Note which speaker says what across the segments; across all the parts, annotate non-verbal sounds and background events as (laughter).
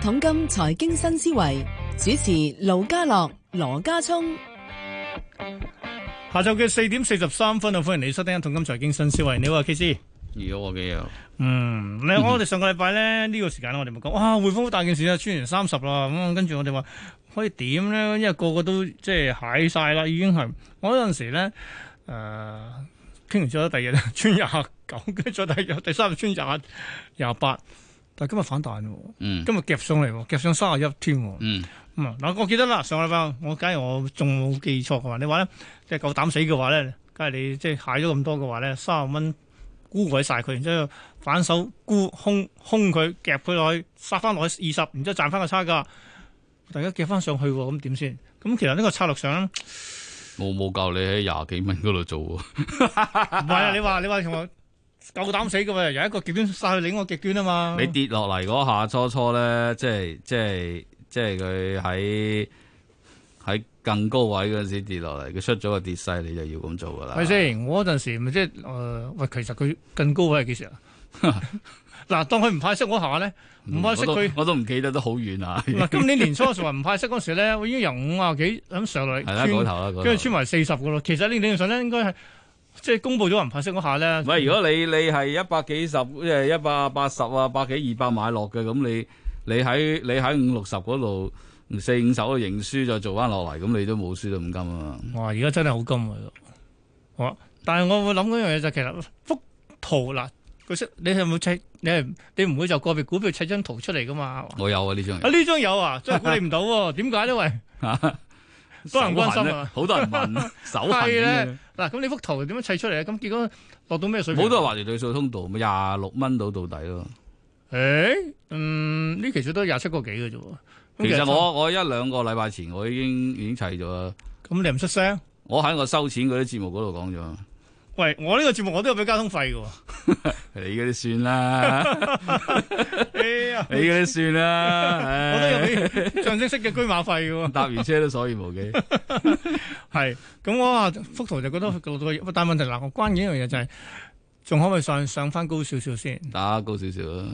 Speaker 1: 桶金財經新思維主持盧家樂、羅家聰。
Speaker 2: 下晝嘅四點四十三分啊，歡迎你收聽《同金財經新思維》。你好啊，K 師。
Speaker 3: 如果我嘅又
Speaker 2: 嗯，你我哋上個禮拜咧呢個時間我哋咪講，哇匯豐好大件事啊，穿完三十啦，咁、跟住我哋話可以點咧？因為個個都即係蟹晒啦，已經係我嗰陣時咧誒。呃傾完之後，第二日 (laughs) 穿廿九，跟住再第二日第三日穿廿廿八，但係今日反彈喎，
Speaker 3: 嗯
Speaker 2: 今日夾上嚟喎，夾上三十一添喎。
Speaker 3: 嗯
Speaker 2: 咁啊，嗱，我記得啦，上個禮拜我假如我仲冇記錯嘅話，你話咧，即係夠膽死嘅話咧，梗係你即係蟹咗咁多嘅話咧，三十蚊沽鬼晒佢，然之後反手沽空空佢，夾佢落去，殺翻落去二十，然之後賺翻個差價，大家夾翻上去喎，咁點先？咁其實呢個策略上咧，
Speaker 3: 啊冇冇教你喺廿幾蚊嗰度做喎，
Speaker 2: 唔係啊，你話你話同我夠膽死嘅喎，由一個極端殺去另一個極端啊嘛。
Speaker 3: (laughs) 你跌落嚟嗰下初初咧，即係即係即係佢喺喺更高位嗰陣時跌落嚟，佢出咗個跌勢，你就要咁做噶啦。
Speaker 2: 係咪先？我嗰陣時咪即係誒，呃喂、其實佢更高位係幾時啊？
Speaker 3: (laughs)
Speaker 2: 嗱，當佢唔派息嗰下咧，唔
Speaker 3: 嗯
Speaker 2: 派息
Speaker 3: 我都
Speaker 2: 佢。
Speaker 3: 我都唔記得得好遠啊。係 (laughs)
Speaker 2: 嗱，今年年初嘅時候話唔派息嗰時咧，我已經由五啊幾咁上嚟，
Speaker 3: 啦，嗰頭
Speaker 2: 穿
Speaker 3: 啦，嗰頭
Speaker 2: 跟住穿埋四十噶咯。其實呢理論上咧，應該係即係公佈咗唔派息嗰下咧，
Speaker 3: 唔係，如果你你係一百幾十，即係一百八十啊，百幾二百買落嘅，咁你你喺你喺五六十嗰度，四五十嗰度認輸再做翻落嚟，咁你都冇輸到五金啊嘛。
Speaker 2: 哇！而家真係好金啊！好啊，但係我會諗嗰樣嘢就係其實幅圖嗱，佢識你係冇砌，你係你唔會就個別股票砌張圖出嚟噶嘛？
Speaker 3: 我有啊呢張嘢
Speaker 2: 啊，。呢張有啊，真係估你唔到
Speaker 3: (laughs)
Speaker 2: 喎，點解呢？喂，多人關心啊！
Speaker 3: 好多人
Speaker 2: (laughs)
Speaker 3: 問手痕
Speaker 2: 係啊咧
Speaker 3: 咧，
Speaker 2: 嗱，咁你幅圖點樣砌出嚟咧？咁結果落到咩水平？
Speaker 3: 好多人話住對數通道，咪廿六蚊到到底咯。
Speaker 2: 誒，嗯，呢期最多廿七個幾嘅啫喎。咁
Speaker 3: 其實我我一兩個禮拜前我已經已經砌咗啦，
Speaker 2: 咁你唔出聲？
Speaker 3: 我喺我收錢嗰啲節目嗰度講咗，
Speaker 2: 喂，我呢個節目我都有俾交通費嘅喎。
Speaker 3: 你嗰啲算啦，
Speaker 2: (laughs) 哎 (laughs) 呀，
Speaker 3: 你嗰啲算啦，
Speaker 2: 我都有
Speaker 3: 唉
Speaker 2: 俾象徵式嘅居馬費嘅喎。
Speaker 3: 搭完車都所以無幾。
Speaker 2: 係，咁我話幅圖就覺得落到去，但係問題嗱，我關鍵一樣嘢就係仲可唔可以上上翻高少少先？
Speaker 3: 打高少少啦，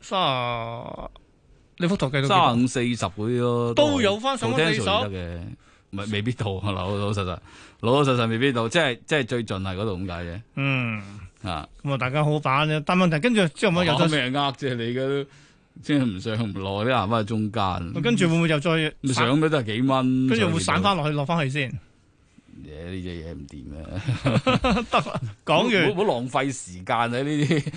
Speaker 2: 三啊，你幅圖計到
Speaker 3: 三十五四十嗰啲咯，
Speaker 2: 都有翻上翻四十
Speaker 3: potential 得嘅，唔係未必到，老老實實，老老實實未必到，即係即係最盡係嗰度咁解
Speaker 2: 嗯，
Speaker 3: 啫，啊。
Speaker 2: 咁啊大家好把握但問題跟住之後咪又
Speaker 3: 有
Speaker 2: 再，
Speaker 3: 咩呃啫？你嘅即係唔上唔落，啲行翻去中間。
Speaker 2: 跟住會唔會又再
Speaker 3: 咁上咗都係幾蚊，
Speaker 2: 跟住會散
Speaker 3: 上面
Speaker 2: 翻落去落翻去先？
Speaker 3: 都。嘢呢隻嘢唔掂嘅，
Speaker 2: 講完，
Speaker 3: 唔好唔好浪費時間啊！呢啲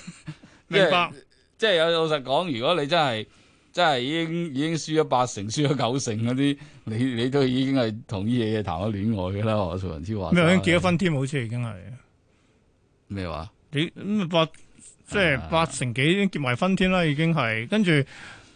Speaker 3: (laughs)
Speaker 2: 明白。
Speaker 3: 即係有老實講，如果你真係真係已經已經輸咗八成、輸咗九成嗰啲，你你都已經係同呢嘢談咗戀愛㗎啦。我曹仁超話
Speaker 2: 咩已經結咗婚添，好似已經係
Speaker 3: 咩話？
Speaker 2: 你咁啊八即係
Speaker 3: 啊
Speaker 2: 八成幾已經結埋婚添啦，已經係跟住。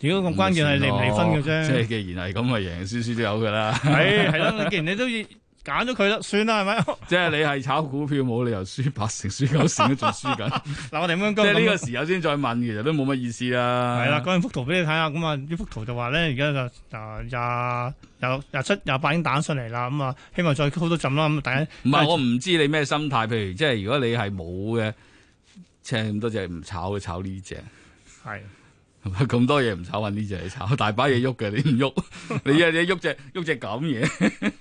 Speaker 2: 屌咁關鍵係離唔離婚嘅啫，
Speaker 3: 啊哦即係既然係咁，咪贏輸輸都有㗎啦。 (laughs)
Speaker 2: 係係啦，既然你都要揀咗佢啦，算啦係咪？
Speaker 3: (laughs) 即係你係炒股票，冇理由輸八成、輸九成都仲輸緊。
Speaker 2: 嗱，我哋咁樣
Speaker 3: 即係呢個
Speaker 2: 講，
Speaker 3: 時候先再問，其實都冇乜意思啊啦。
Speaker 2: 係啦，講完幅圖俾你睇下，咁啊呢幅圖就話咧，而家就啊廿廿廿七廿八已經打上嚟啦，咁啊希望再高多浸啦，咁啊大家
Speaker 3: 唔係我唔知你咩心態，譬如即係如果你係冇嘅，即係咁多隻唔炒嘅，炒呢只
Speaker 2: 係
Speaker 3: (laughs) 咁多嘢唔炒，揾呢只嚟炒，大把嘢喐嘅，你唔喐， (laughs) 你一你喐只喐只咁嘢，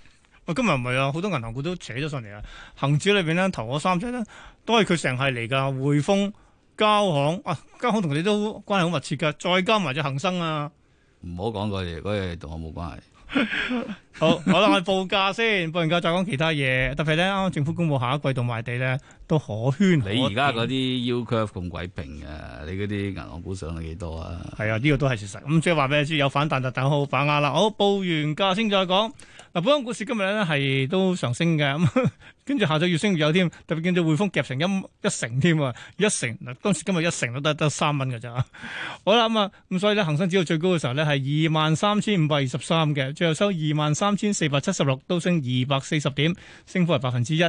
Speaker 2: 喂，今日唔係啊，好多銀行股都扯咗上嚟啊！恒指裏邊咧，頭嗰三隻咧都係佢成係嚟㗎，匯豐、交行啊，交行同你都關係好密切㗎，再加埋只恒生啊！
Speaker 3: 唔好講嗰嘢，嗰嘢同我冇關係。
Speaker 2: 好，好啦，我哋報價先，報完價再講其他嘢。特別咧，啱啱政府公布下一季度賣地咧都可圈可
Speaker 3: 你而家
Speaker 2: 點
Speaker 3: 嗰啲 U curve 咁鬼平啊，你嗰啲銀行股上咗幾多啊？
Speaker 2: 係啊，呢、個都係事實。咁即係話俾你知，有反彈就等好好把握啦。好，報完價先再講。嗱，本港股市今日咧係都上升嘅，咁 (laughs) 跟住下晝越升越有添，特別見到匯豐夾成一一成添啊，一成嗱，當時今日一成都得得三蚊嘅咋。好啦，咁啊，咁所以咧，恒生指數最高嘅時候咧係二萬三千五百二十三嘅，最後收二萬三千四百七十六，都升二百四十點，升幅係百分之一。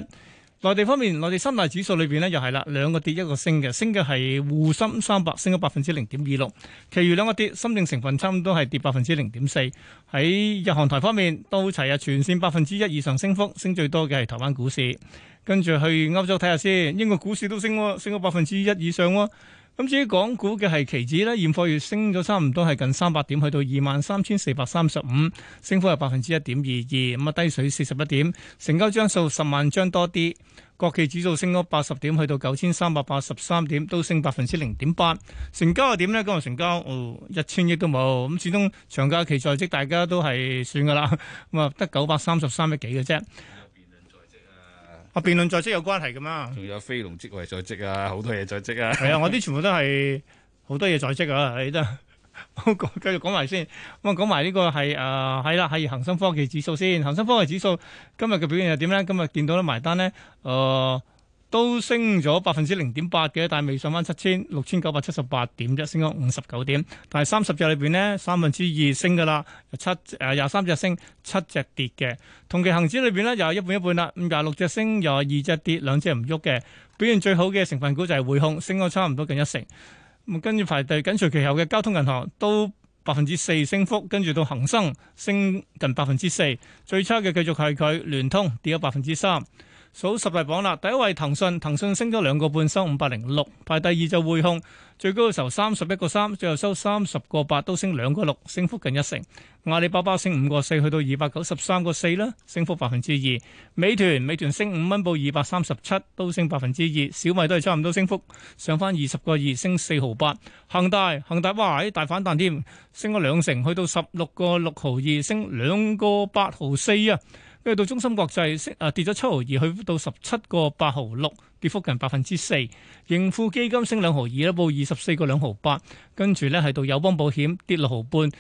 Speaker 2: 內地方面，內地三大指數裏邊咧又係啦，兩個跌一個升嘅，升嘅係滬深三百升咗百分之零點二六，其餘兩個跌，深證成分差唔多係跌百分之零點四。喺日韓台方面，都齊日全線百分之一以上升幅，升最多嘅係台灣股市。跟住去歐洲睇下先，英國股市都升喎，升咗百分之一以上喎。咁至於港股嘅係期指咧，現貨月升咗差唔多係近三百點，去到二萬三千四百三十五，升幅係百分之一點二二，咁啊低水四十一點，成交張數十萬張多啲。國企指數升咗八十點，去到九千三百八十三點，都升百分之零點八。成交又點呢？今日成交哦一千億都冇，咁始終長假期在即，大家都係算噶啦，咁啊得九百三十三億幾嘅啫。啊，辯論在即有關係噶嘛？
Speaker 3: 仲有非農職位在職啊，好多嘢在職啊。
Speaker 2: (laughs) 係啊，我啲全部都係好多嘢在職啊，你真係。 (laughs) 好講繼續講埋先，咁啊講埋呢個係誒啊係啦，係恒生科技指數先。恒生科技指數今日嘅表現又點咧？今日見到咧埋單咧，誒、呃、都升咗百分之零點八嘅，但係未上翻七千六千九百七十八點啫，升咗五十九點。但係三十隻裏邊咧，三分之二升㗎啦，有七誒廿三隻升，七隻跌嘅。同期恒指裏邊咧又係一半一半啦，咁廿六隻升，又係二隻跌，兩隻唔喐嘅。表現最好嘅成分股就係匯控，升咗差唔多近一成。咁跟住排第緊隨其後嘅交通銀行都百分之四升幅，跟住到恒生升近百分之四，最差嘅繼續係佢聯通跌咗百分之三。數十大榜啦，第一位騰訊，騰訊升咗兩個半，收五百零六。排第二就匯控，最高嘅時候三十一個三，最後收三十個八，都升兩個六，升幅近一成。阿里巴巴升五個四，去到二百九十三個四啦，升幅百分之二。美團，美團升五蚊，報二百三十七，都升百分之二。小米都係差唔多升幅，上翻二十個二，升四毫八。恒大，恒大哇，喺大反彈添，升咗兩成，去到十六個六毫二，升兩個八毫四啊。跟住到中芯國際升啊跌咗七毫二，去到十七個八毫六，跌幅近百分之四。盈富基金升兩毫二啦，報二十四個兩毫八。跟住咧係到友邦保險跌六毫半，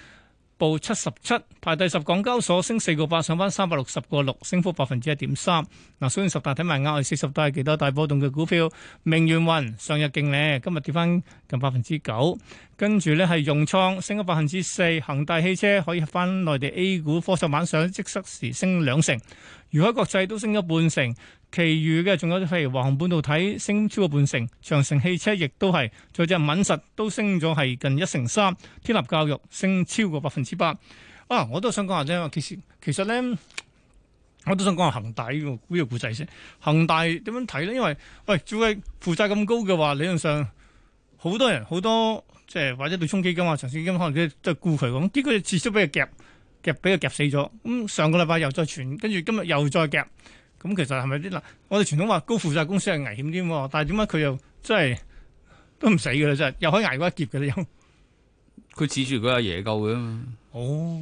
Speaker 2: 報七十七。排第十港交所升四個八，上翻三百六十個六，升幅百分之一點三。嗱，所以十大睇埋額外四十大係幾多大波動嘅股票？明源雲上日勁咧，今日跌翻近百分之九。跟住咧係融創升咗百分之四，恒大汽車可以翻內地 A 股科創板上，即失時升兩成。如海國際都升咗半成，其餘嘅仲有譬如華虹半導體升超過半成，長城汽車亦都係，再隻敏實都升咗係近一成三，天立教育升超過百分之八。啊，我都想講下啫，其實其實咧。我都想講下恒大呢個呢個故仔先。恒大點樣睇咧？因為喂，照計負債咁高嘅話，理論上好多人好多即係或者對沖基金啊、長線基金可能都都係顧佢咁，結果至少俾佢夾夾俾佢夾死咗。咁、上個禮拜又再傳，跟住今日又再夾。咁其實係咪啲嗱？我哋傳統話高負債公司係危險啲喎，但係點解佢又真係都唔死嘅啦？真係又可以捱過一劫嘅啦又。
Speaker 3: 佢指住佢阿爺救嘅嘛。
Speaker 2: 哦，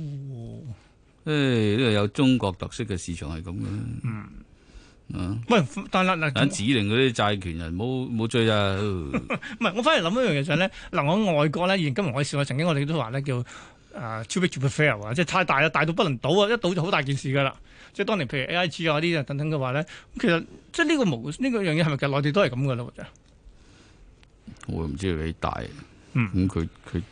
Speaker 3: 誒，呢度有中國特色嘅市場係咁嘅。嗯。 (laughs) 啊！
Speaker 2: 喂，但係嗱嗱
Speaker 3: 等指令嗰啲債權人冇冇追啊！ (laughs)
Speaker 2: 唔係，我反而諗一樣嘢就係咧，嗱，我外國咧，以前金融海嘯啊，曾經我哋都話咧叫誒、呃 too big to fail 啊，即係太大啦，大到不能倒啊，一倒就好大件事㗎啦。即係當年譬如 AIG 啊嗰啲啊等等嘅話咧，咁其實即係呢個模呢、個樣嘢係咪其實內地都係咁㗎啦？或者
Speaker 3: 我唔知佢幾大。
Speaker 2: 嗯
Speaker 3: 咁佢佢，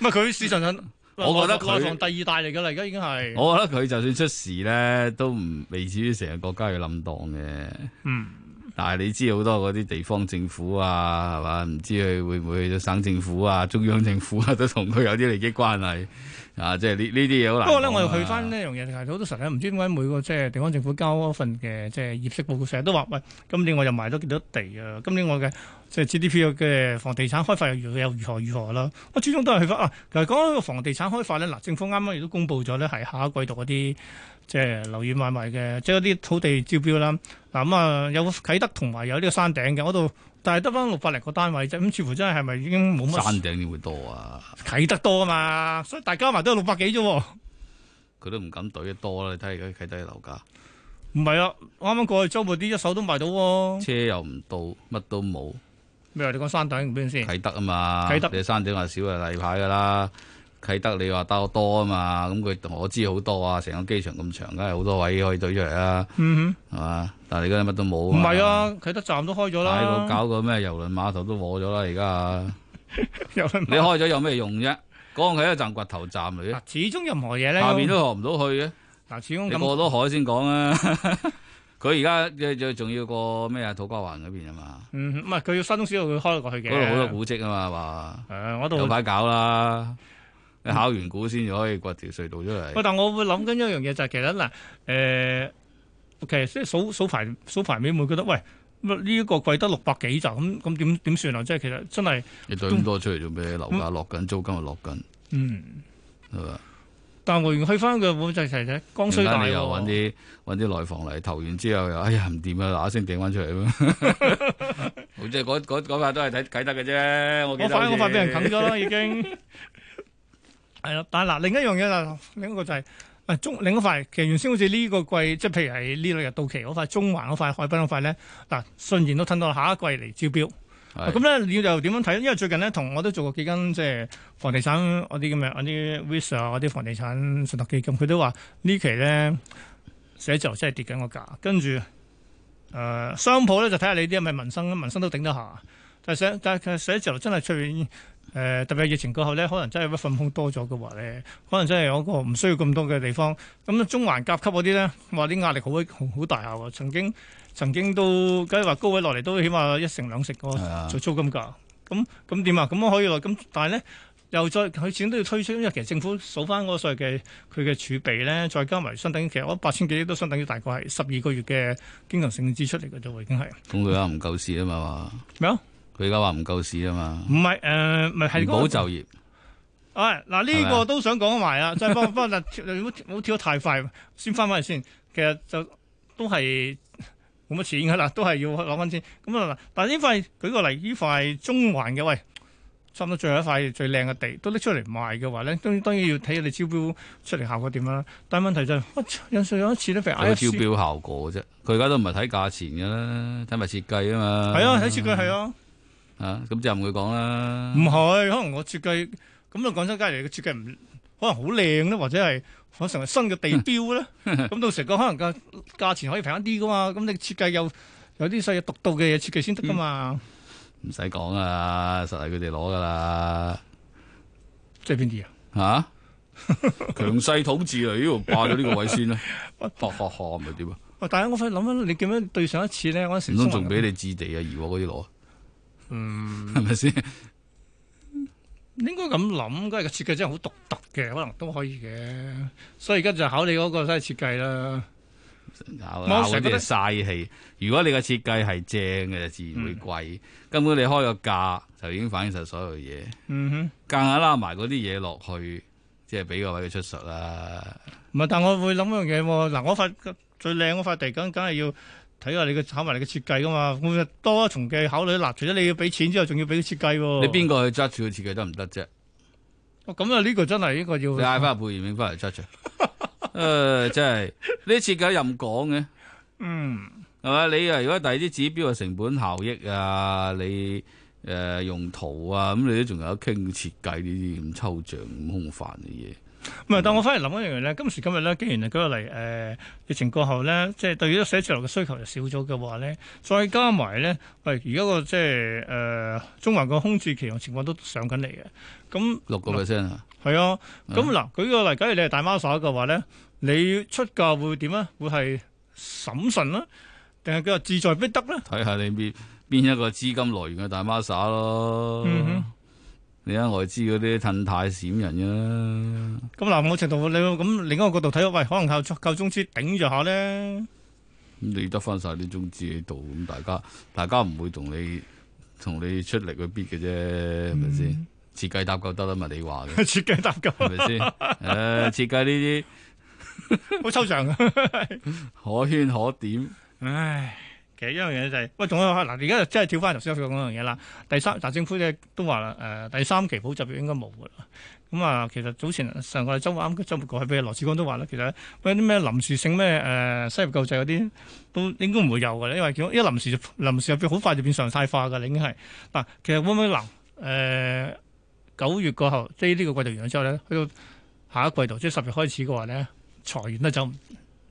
Speaker 2: 唔係佢市場上，
Speaker 3: 我覺得佢
Speaker 2: 內房第二大嚟㗎啦，而家已經係
Speaker 3: 我覺得佢就算出事咧，都唔未至於成個國家要冧檔嘅。
Speaker 2: 嗯。
Speaker 3: 但係你知好多嗰啲地方政府啊，係嘛？唔知佢會唔會去到省政府啊、中央政府啊，都同佢有啲利益關係啊！即係呢呢啲嘢好難
Speaker 2: 不
Speaker 3: 講啊。
Speaker 2: 過咧，我又去翻呢樣嘢，就係好多時候咧，唔知點解每個即係地方政府交嗰份嘅即係業績報告，成日都話喂，今年我又賣咗幾多地啊？今年我嘅即係 GDP 嘅房地產開發又如又如何如何啦？我始終都係去翻啊。其實講緊個房地產開發咧，嗱，政府啱啱亦都公布咗咧，係下一季度嗰啲即係樓宇買賣嘅，即係嗰啲土地招標啦。嗱咁啊，有啟德同埋有呢個山頂嘅嗰度，但係得翻六百零個單位啫。咁似乎真係係咪已經冇乜
Speaker 3: 山頂點會多啊？
Speaker 2: 啟德多啊嘛？所以大家埋都係六百幾啫喎。
Speaker 3: 佢都唔敢懟得多啦！你睇而家睇低樓價，
Speaker 2: 唔係啊，啱啱過去周末啲一手都賣到喎、
Speaker 3: 車又唔到，乜都冇，
Speaker 2: 咩啊？你講山頂邊先？
Speaker 3: 啟德啊嘛，
Speaker 2: 啟德
Speaker 3: 你山頂話少係例牌噶啦，啟德你話得多啊嘛，咁佢我知好多啊，成個機場咁長，梗係好多位可以懟出嚟啦，
Speaker 2: 嗯
Speaker 3: 係嘛？但係你而家乜都
Speaker 2: 哼，
Speaker 3: 冇
Speaker 2: 唔
Speaker 3: 嘛
Speaker 2: 係，啊，啟德站都開咗
Speaker 3: 喺度
Speaker 2: 啦。
Speaker 3: 搞個咩郵輪碼頭都冇咗啦，而家啊
Speaker 2: 有人
Speaker 3: 你
Speaker 2: 買
Speaker 3: 開咗有咩用啫？講佢一站掘頭站嚟嘅
Speaker 2: (laughs) 嗱，，始終任何嘢咧，
Speaker 3: 下面都學唔到去嘅。
Speaker 2: 嗱，始終
Speaker 3: 你
Speaker 2: 咁
Speaker 3: 過到海先講啊！ (laughs) 佢而家嘅仲要過咩啊？土瓜灣嗰邊啊嘛，
Speaker 2: 嗯哼，唔係佢要山東小路佢開過去嘅。
Speaker 3: 嗰度好多古蹟啊嘛，話
Speaker 2: 誒，我
Speaker 3: 有
Speaker 2: 度。
Speaker 3: 排搞啦。你考完股先至可以掘條隧道出嚟
Speaker 2: 喂，。但我會諗緊一樣嘢就係其實嗱，誒、o k 即係數數排數排尾會覺得喂。咁呢一個貴得六百幾咋，咁咁點點算啊？即係其實真係，
Speaker 3: 你對咁多出嚟做咩？樓價落緊，租金又落緊，
Speaker 2: 嗯，
Speaker 3: 係嘛？
Speaker 2: 但係我去翻嘅會就係咧剛需
Speaker 3: 陣
Speaker 2: 大
Speaker 3: 間你又
Speaker 2: 喎
Speaker 3: 揾。啲揾啲內房嚟投完之後又哎呀唔掂啊，嗱一聲掟翻出嚟咯。
Speaker 2: (laughs)
Speaker 3: 好即係嗰嗰嗰塊都係睇睇得嘅啫，我記
Speaker 2: 我塊
Speaker 3: 得好似
Speaker 2: 我塊俾人啃咗啦，已經 (laughs) 係啦。但係嗱，另一樣嘢啦，另一個就係、啊中另一塊，其實原先好似呢個季，即係譬如係呢兩日到期嗰塊中環嗰塊海濱嗰塊咧，嗱順延都褪到下一季嚟招標。
Speaker 3: 係
Speaker 2: 咁咧，你又點樣睇？因為最近咧，同我都做過幾間即係房地產嗰啲咁嘅嗰啲 Visa 嗰啲房地產信託基金，佢都話呢期咧寫字樓真係跌緊個價，跟住誒商鋪咧就睇下你啲係咪民生，民生都頂得下。但係寫但係其實寫字樓真係出現誒，特別係疫情過後咧，可能真係一份空多咗嘅話咧，可能真係有個唔需要咁多嘅地方。咁啊中環甲級嗰啲咧，話啲壓力好鬼好好大下喎。曾經曾經都梗係話高位落嚟都起碼一成兩成個。
Speaker 3: 係啊
Speaker 2: 做租金㗎。咁咁點啊？咁我可以落咁，但係咧又再佢始終都要推出，因為其實政府數翻嗰個所謂嘅佢嘅儲備咧，再加埋相等於其實我八千幾億都相等於大概係十二個月嘅經常性支出嚟嘅啫喎，已經係
Speaker 3: 咁佢而家唔夠市啊嘛，
Speaker 2: 咩啊？
Speaker 3: 佢而家話唔夠市啊嘛，
Speaker 2: 唔係誒，唔係係
Speaker 3: 唔
Speaker 2: 嗰
Speaker 3: 保
Speaker 2: 個
Speaker 3: 就業。
Speaker 2: 啊嗱，
Speaker 3: 係咪
Speaker 2: 呢
Speaker 3: 啊
Speaker 2: 個都想講埋啦， (laughs) 就係不不嗱，跳唔好唔好跳得太快，先翻返嚟先。其實就都係冇乜錢㗎啦，都係要攞翻先。咁啊嗱，但係呢塊舉個例，呢塊中環嘅喂，差唔多最後一塊最靚嘅地都拎出嚟賣嘅話咧，當然當然要睇你招標出嚟效果點啦。但係問題就係、我印象有一次咧，譬如
Speaker 3: 有
Speaker 2: I
Speaker 3: 招標效果啫，佢而家都唔係睇價錢嘅啦，睇埋設計啊嘛。
Speaker 2: 係啊，睇設計係啊，
Speaker 3: 啊，咁就唔會講啦
Speaker 2: 唔。係可能我設計咁啊就講真，隔離嘅設計唔可能好靚咧，或者係可能成為新嘅地標
Speaker 3: (laughs)
Speaker 2: 咧。咁到時個可能價價錢可以平一啲噶嘛，咁你設計有有啲細嘢獨到嘅嘢設計先得噶
Speaker 3: 嗯
Speaker 2: 嘛，
Speaker 3: 唔使講啊，實係佢哋攞噶啦，
Speaker 2: 即係邊啲啊？
Speaker 3: 嚇、
Speaker 2: (laughs)
Speaker 3: 強勢統治嚟呢度霸咗呢個位
Speaker 2: (laughs)
Speaker 3: 先啦，哈哈哈，咪點啊？
Speaker 2: 喂哦但係我快諗緊，你記唔記得對上一次咧嗰陣時
Speaker 3: 唔
Speaker 2: 中
Speaker 3: 通
Speaker 2: 環，
Speaker 3: 仲俾你置地啊、怡和嗰啲攞？嗯，係咪先？
Speaker 2: 應該咁諗，嗰日嘅設計真係好獨特嘅，可能都可以嘅。所以而家就考你嗰個真係設計啦。
Speaker 3: 咬
Speaker 2: 唔係
Speaker 3: 咬
Speaker 2: 我成
Speaker 3: 啊嗰
Speaker 2: 日覺
Speaker 3: 啲
Speaker 2: 得
Speaker 3: 係嘥氣。如果你嘅設計係正嘅，自然會貴。根本你開個價就已經反映晒所有嘢，
Speaker 2: 嗯哼。
Speaker 3: 夾硬拉埋嗰啲嘢落去，即係俾個位佢出術啦。
Speaker 2: 唔係，但我會諗一樣嘢喎。嗱，我塊最靚嗰塊地，梗梗係要睇下你嘅炒埋你嘅設計噶嘛。咁就多一重嘅考慮。嗱，除咗你要俾錢之外，仲要俾設計喎。
Speaker 3: 你邊個去 judge 佢設計得唔得啫？
Speaker 2: 哦？咁啊，呢個真係呢個要
Speaker 3: 你嗌翻阿貝聿銘翻嚟 judge 啊。誒、真係呢啲設計任講嘅。
Speaker 2: 嗯
Speaker 3: 係嘛？你啊，如果第二啲指標嘅成本效益啊，你誒、呃用途啊，咁你都仲有得傾設計呢啲咁抽象、咁空泛嘅嘢。
Speaker 2: 唔係，但我反而諗一樣嘢咧。今時今日咧，既然係舉個例，誒、疫情過後咧，即係對於寫字樓嘅需求就少咗嘅話咧，再加埋咧，喂，而家個即係誒、中環個空置期嘅情況都上緊嚟嘅。咁
Speaker 3: 六個 percent 啊，
Speaker 2: 係啊，咁嗱，舉個例，假如你係大孖耍嘅話咧，你出價會點咧？會係審慎啦，定係佢話志在必得咧？
Speaker 3: 睇下你邊邊一個資金來源嘅大孖沙咯。
Speaker 2: 嗯
Speaker 3: 你睇外資嗰啲褪太閃人啊嘅，
Speaker 2: 咁嗱，某程度你會咁另一個角度睇，喂，可能靠靠中資頂住下咧。
Speaker 3: 咁你得翻晒啲中資喺度，咁大家大家唔會同你同你出力去 bid 嘅啫，係咪先？設計搭夠得啦嘛，你話
Speaker 2: (laughs)
Speaker 3: 嘅
Speaker 2: 設計搭救，
Speaker 3: 係咪先？誒、設計呢啲
Speaker 2: 好抽象啊！
Speaker 3: 可圈可點。
Speaker 2: 唉，其實一樣嘢就係、喂，仲有嗱，而家就真係跳翻頭先我講嗰樣嘢啦。第三，嗱，政府咧都話啦，誒、第三期補習業應該冇噶啦。咁、啊，其實早前上個週啱週末過去，俾羅志剛都話啦，其實呃喂啲咩臨時性咩誒、失業救濟嗰啲都應該唔會有嘅啦，因為見到一臨時就臨時入邊好快就變常態化㗎啦，已經係嗱，其實會唔會嗱誒？九月過後，即係呢個季度完咗之後咧，去到下一季度，即係十月開始嘅話咧，裁員都走唔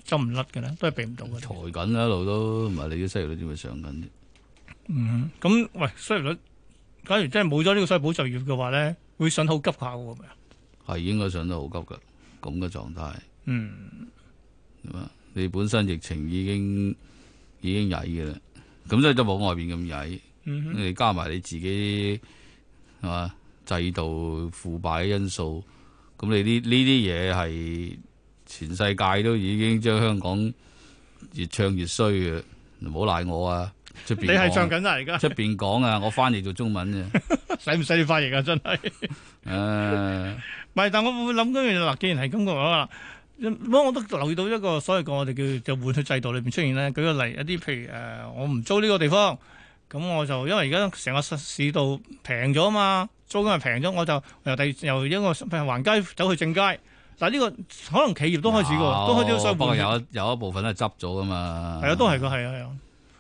Speaker 2: 走唔甩嘅咧，都係避唔 (laughs) 到嘅。
Speaker 3: 抬緊啦，一路都唔係你啲失業率點會上緊啫？
Speaker 2: 嗯，咁喂，失業率，假如真係冇咗呢個所謂保就業嘅話咧，會上得好急下嘅喎，係咪啊？
Speaker 3: 係應該上得好急㗎，咁嘅狀態
Speaker 2: 嗯，
Speaker 3: 係嘛？你本身疫情已經已經曳嘅啦，咁所以都冇外邊咁曳。
Speaker 2: 嗯
Speaker 3: 你加埋你自己係嘛制度腐敗嘅因素，咁你呢呢啲嘢係
Speaker 2: (laughs)
Speaker 3: 全世界都已經將香港越唱越衰嘅，唔好賴我啊！出
Speaker 2: 你
Speaker 3: 邊
Speaker 2: 係唱
Speaker 3: 講
Speaker 2: 緊啦，而家 (laughs)
Speaker 3: 出邊講啊，我翻譯做中文啫。
Speaker 2: 使唔使你發型啊？真係。
Speaker 3: 誒
Speaker 2: 唔係，但我會諗嗰樣嘢嗱，既然係咁嘅話啦，不過我都留意到一個所謂嘅我哋叫就換血制度裏邊出現咧。舉個例，一啲譬如誒、呃我唔租呢個地方，咁我就因為而家成個市市道平咗啊嘛，租金係平咗，我就由第由一個譬如橫街走去正街。嗱呢個可能企業都開始嘅喎，都開始所謂
Speaker 3: 哦不過
Speaker 2: 換血，
Speaker 3: 有一啊有一部分都係執咗噶嘛。
Speaker 2: 係啊，都係嘅，係啊，係啊。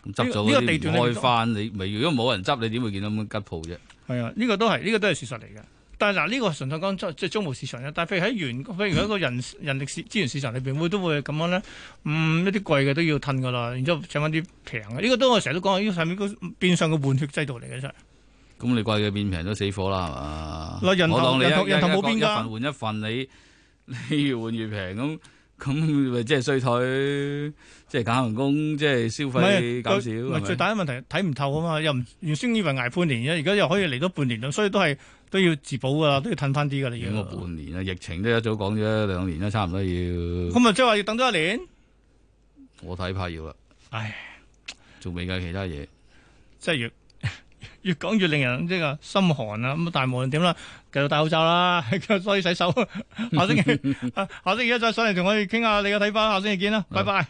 Speaker 3: 咁執咗
Speaker 2: 呢個
Speaker 3: 嗰
Speaker 2: 呢個地
Speaker 3: 啲唔
Speaker 2: 段你唔啊
Speaker 3: 開翻，你咪如果冇人執，你點會見到咁嘅吉鋪啫？
Speaker 2: 係啊，呢、個都係呢、個都係事實嚟嘅。但係嗱，呢、個純粹講即係租務市場啫。但係譬如喺原，譬如喺一個人人力市資源市場裏邊，會都會咁樣咧。嗯，一啲貴嘅都要褪噶啦，然之後請翻啲平嘅。呢、個都我成日都講，呢、個上面個變相嘅換血制度嚟嘅真係。
Speaker 3: 咁你貴嘅變平都死火啦，係嘛？
Speaker 2: 嗱人頭
Speaker 3: 我當你一
Speaker 2: 人頭
Speaker 3: 一
Speaker 2: 人頭冇一個變㗎
Speaker 3: 一份換一份，你 (laughs) 你越換越平，咁咁咪即係衰退，即係減人工，即係消費減少，
Speaker 2: 唔係最
Speaker 3: 係咪？
Speaker 2: 大嘅問題睇唔透啊嘛，又唔原先以為捱半年而家又可以嚟多半年啦，所以都係都要自保噶啦，都要褪翻啲噶啦
Speaker 3: 影過
Speaker 2: 要。
Speaker 3: 半年啦，疫情都一早講咗兩年啦，差唔多要，
Speaker 2: 咁啊，即係話要等多一年。
Speaker 3: 我睇怕要啦，
Speaker 2: 唉，
Speaker 3: 仲未計其他嘢。
Speaker 2: 即係越 (laughs) 越講越令人即係心寒啦。咁但係無論點啦，繼續戴口罩啦， (laughs) 所以洗手。下星期下星期一再上嚟同我哋傾下你嘅睇法，下星期見啦，拜拜。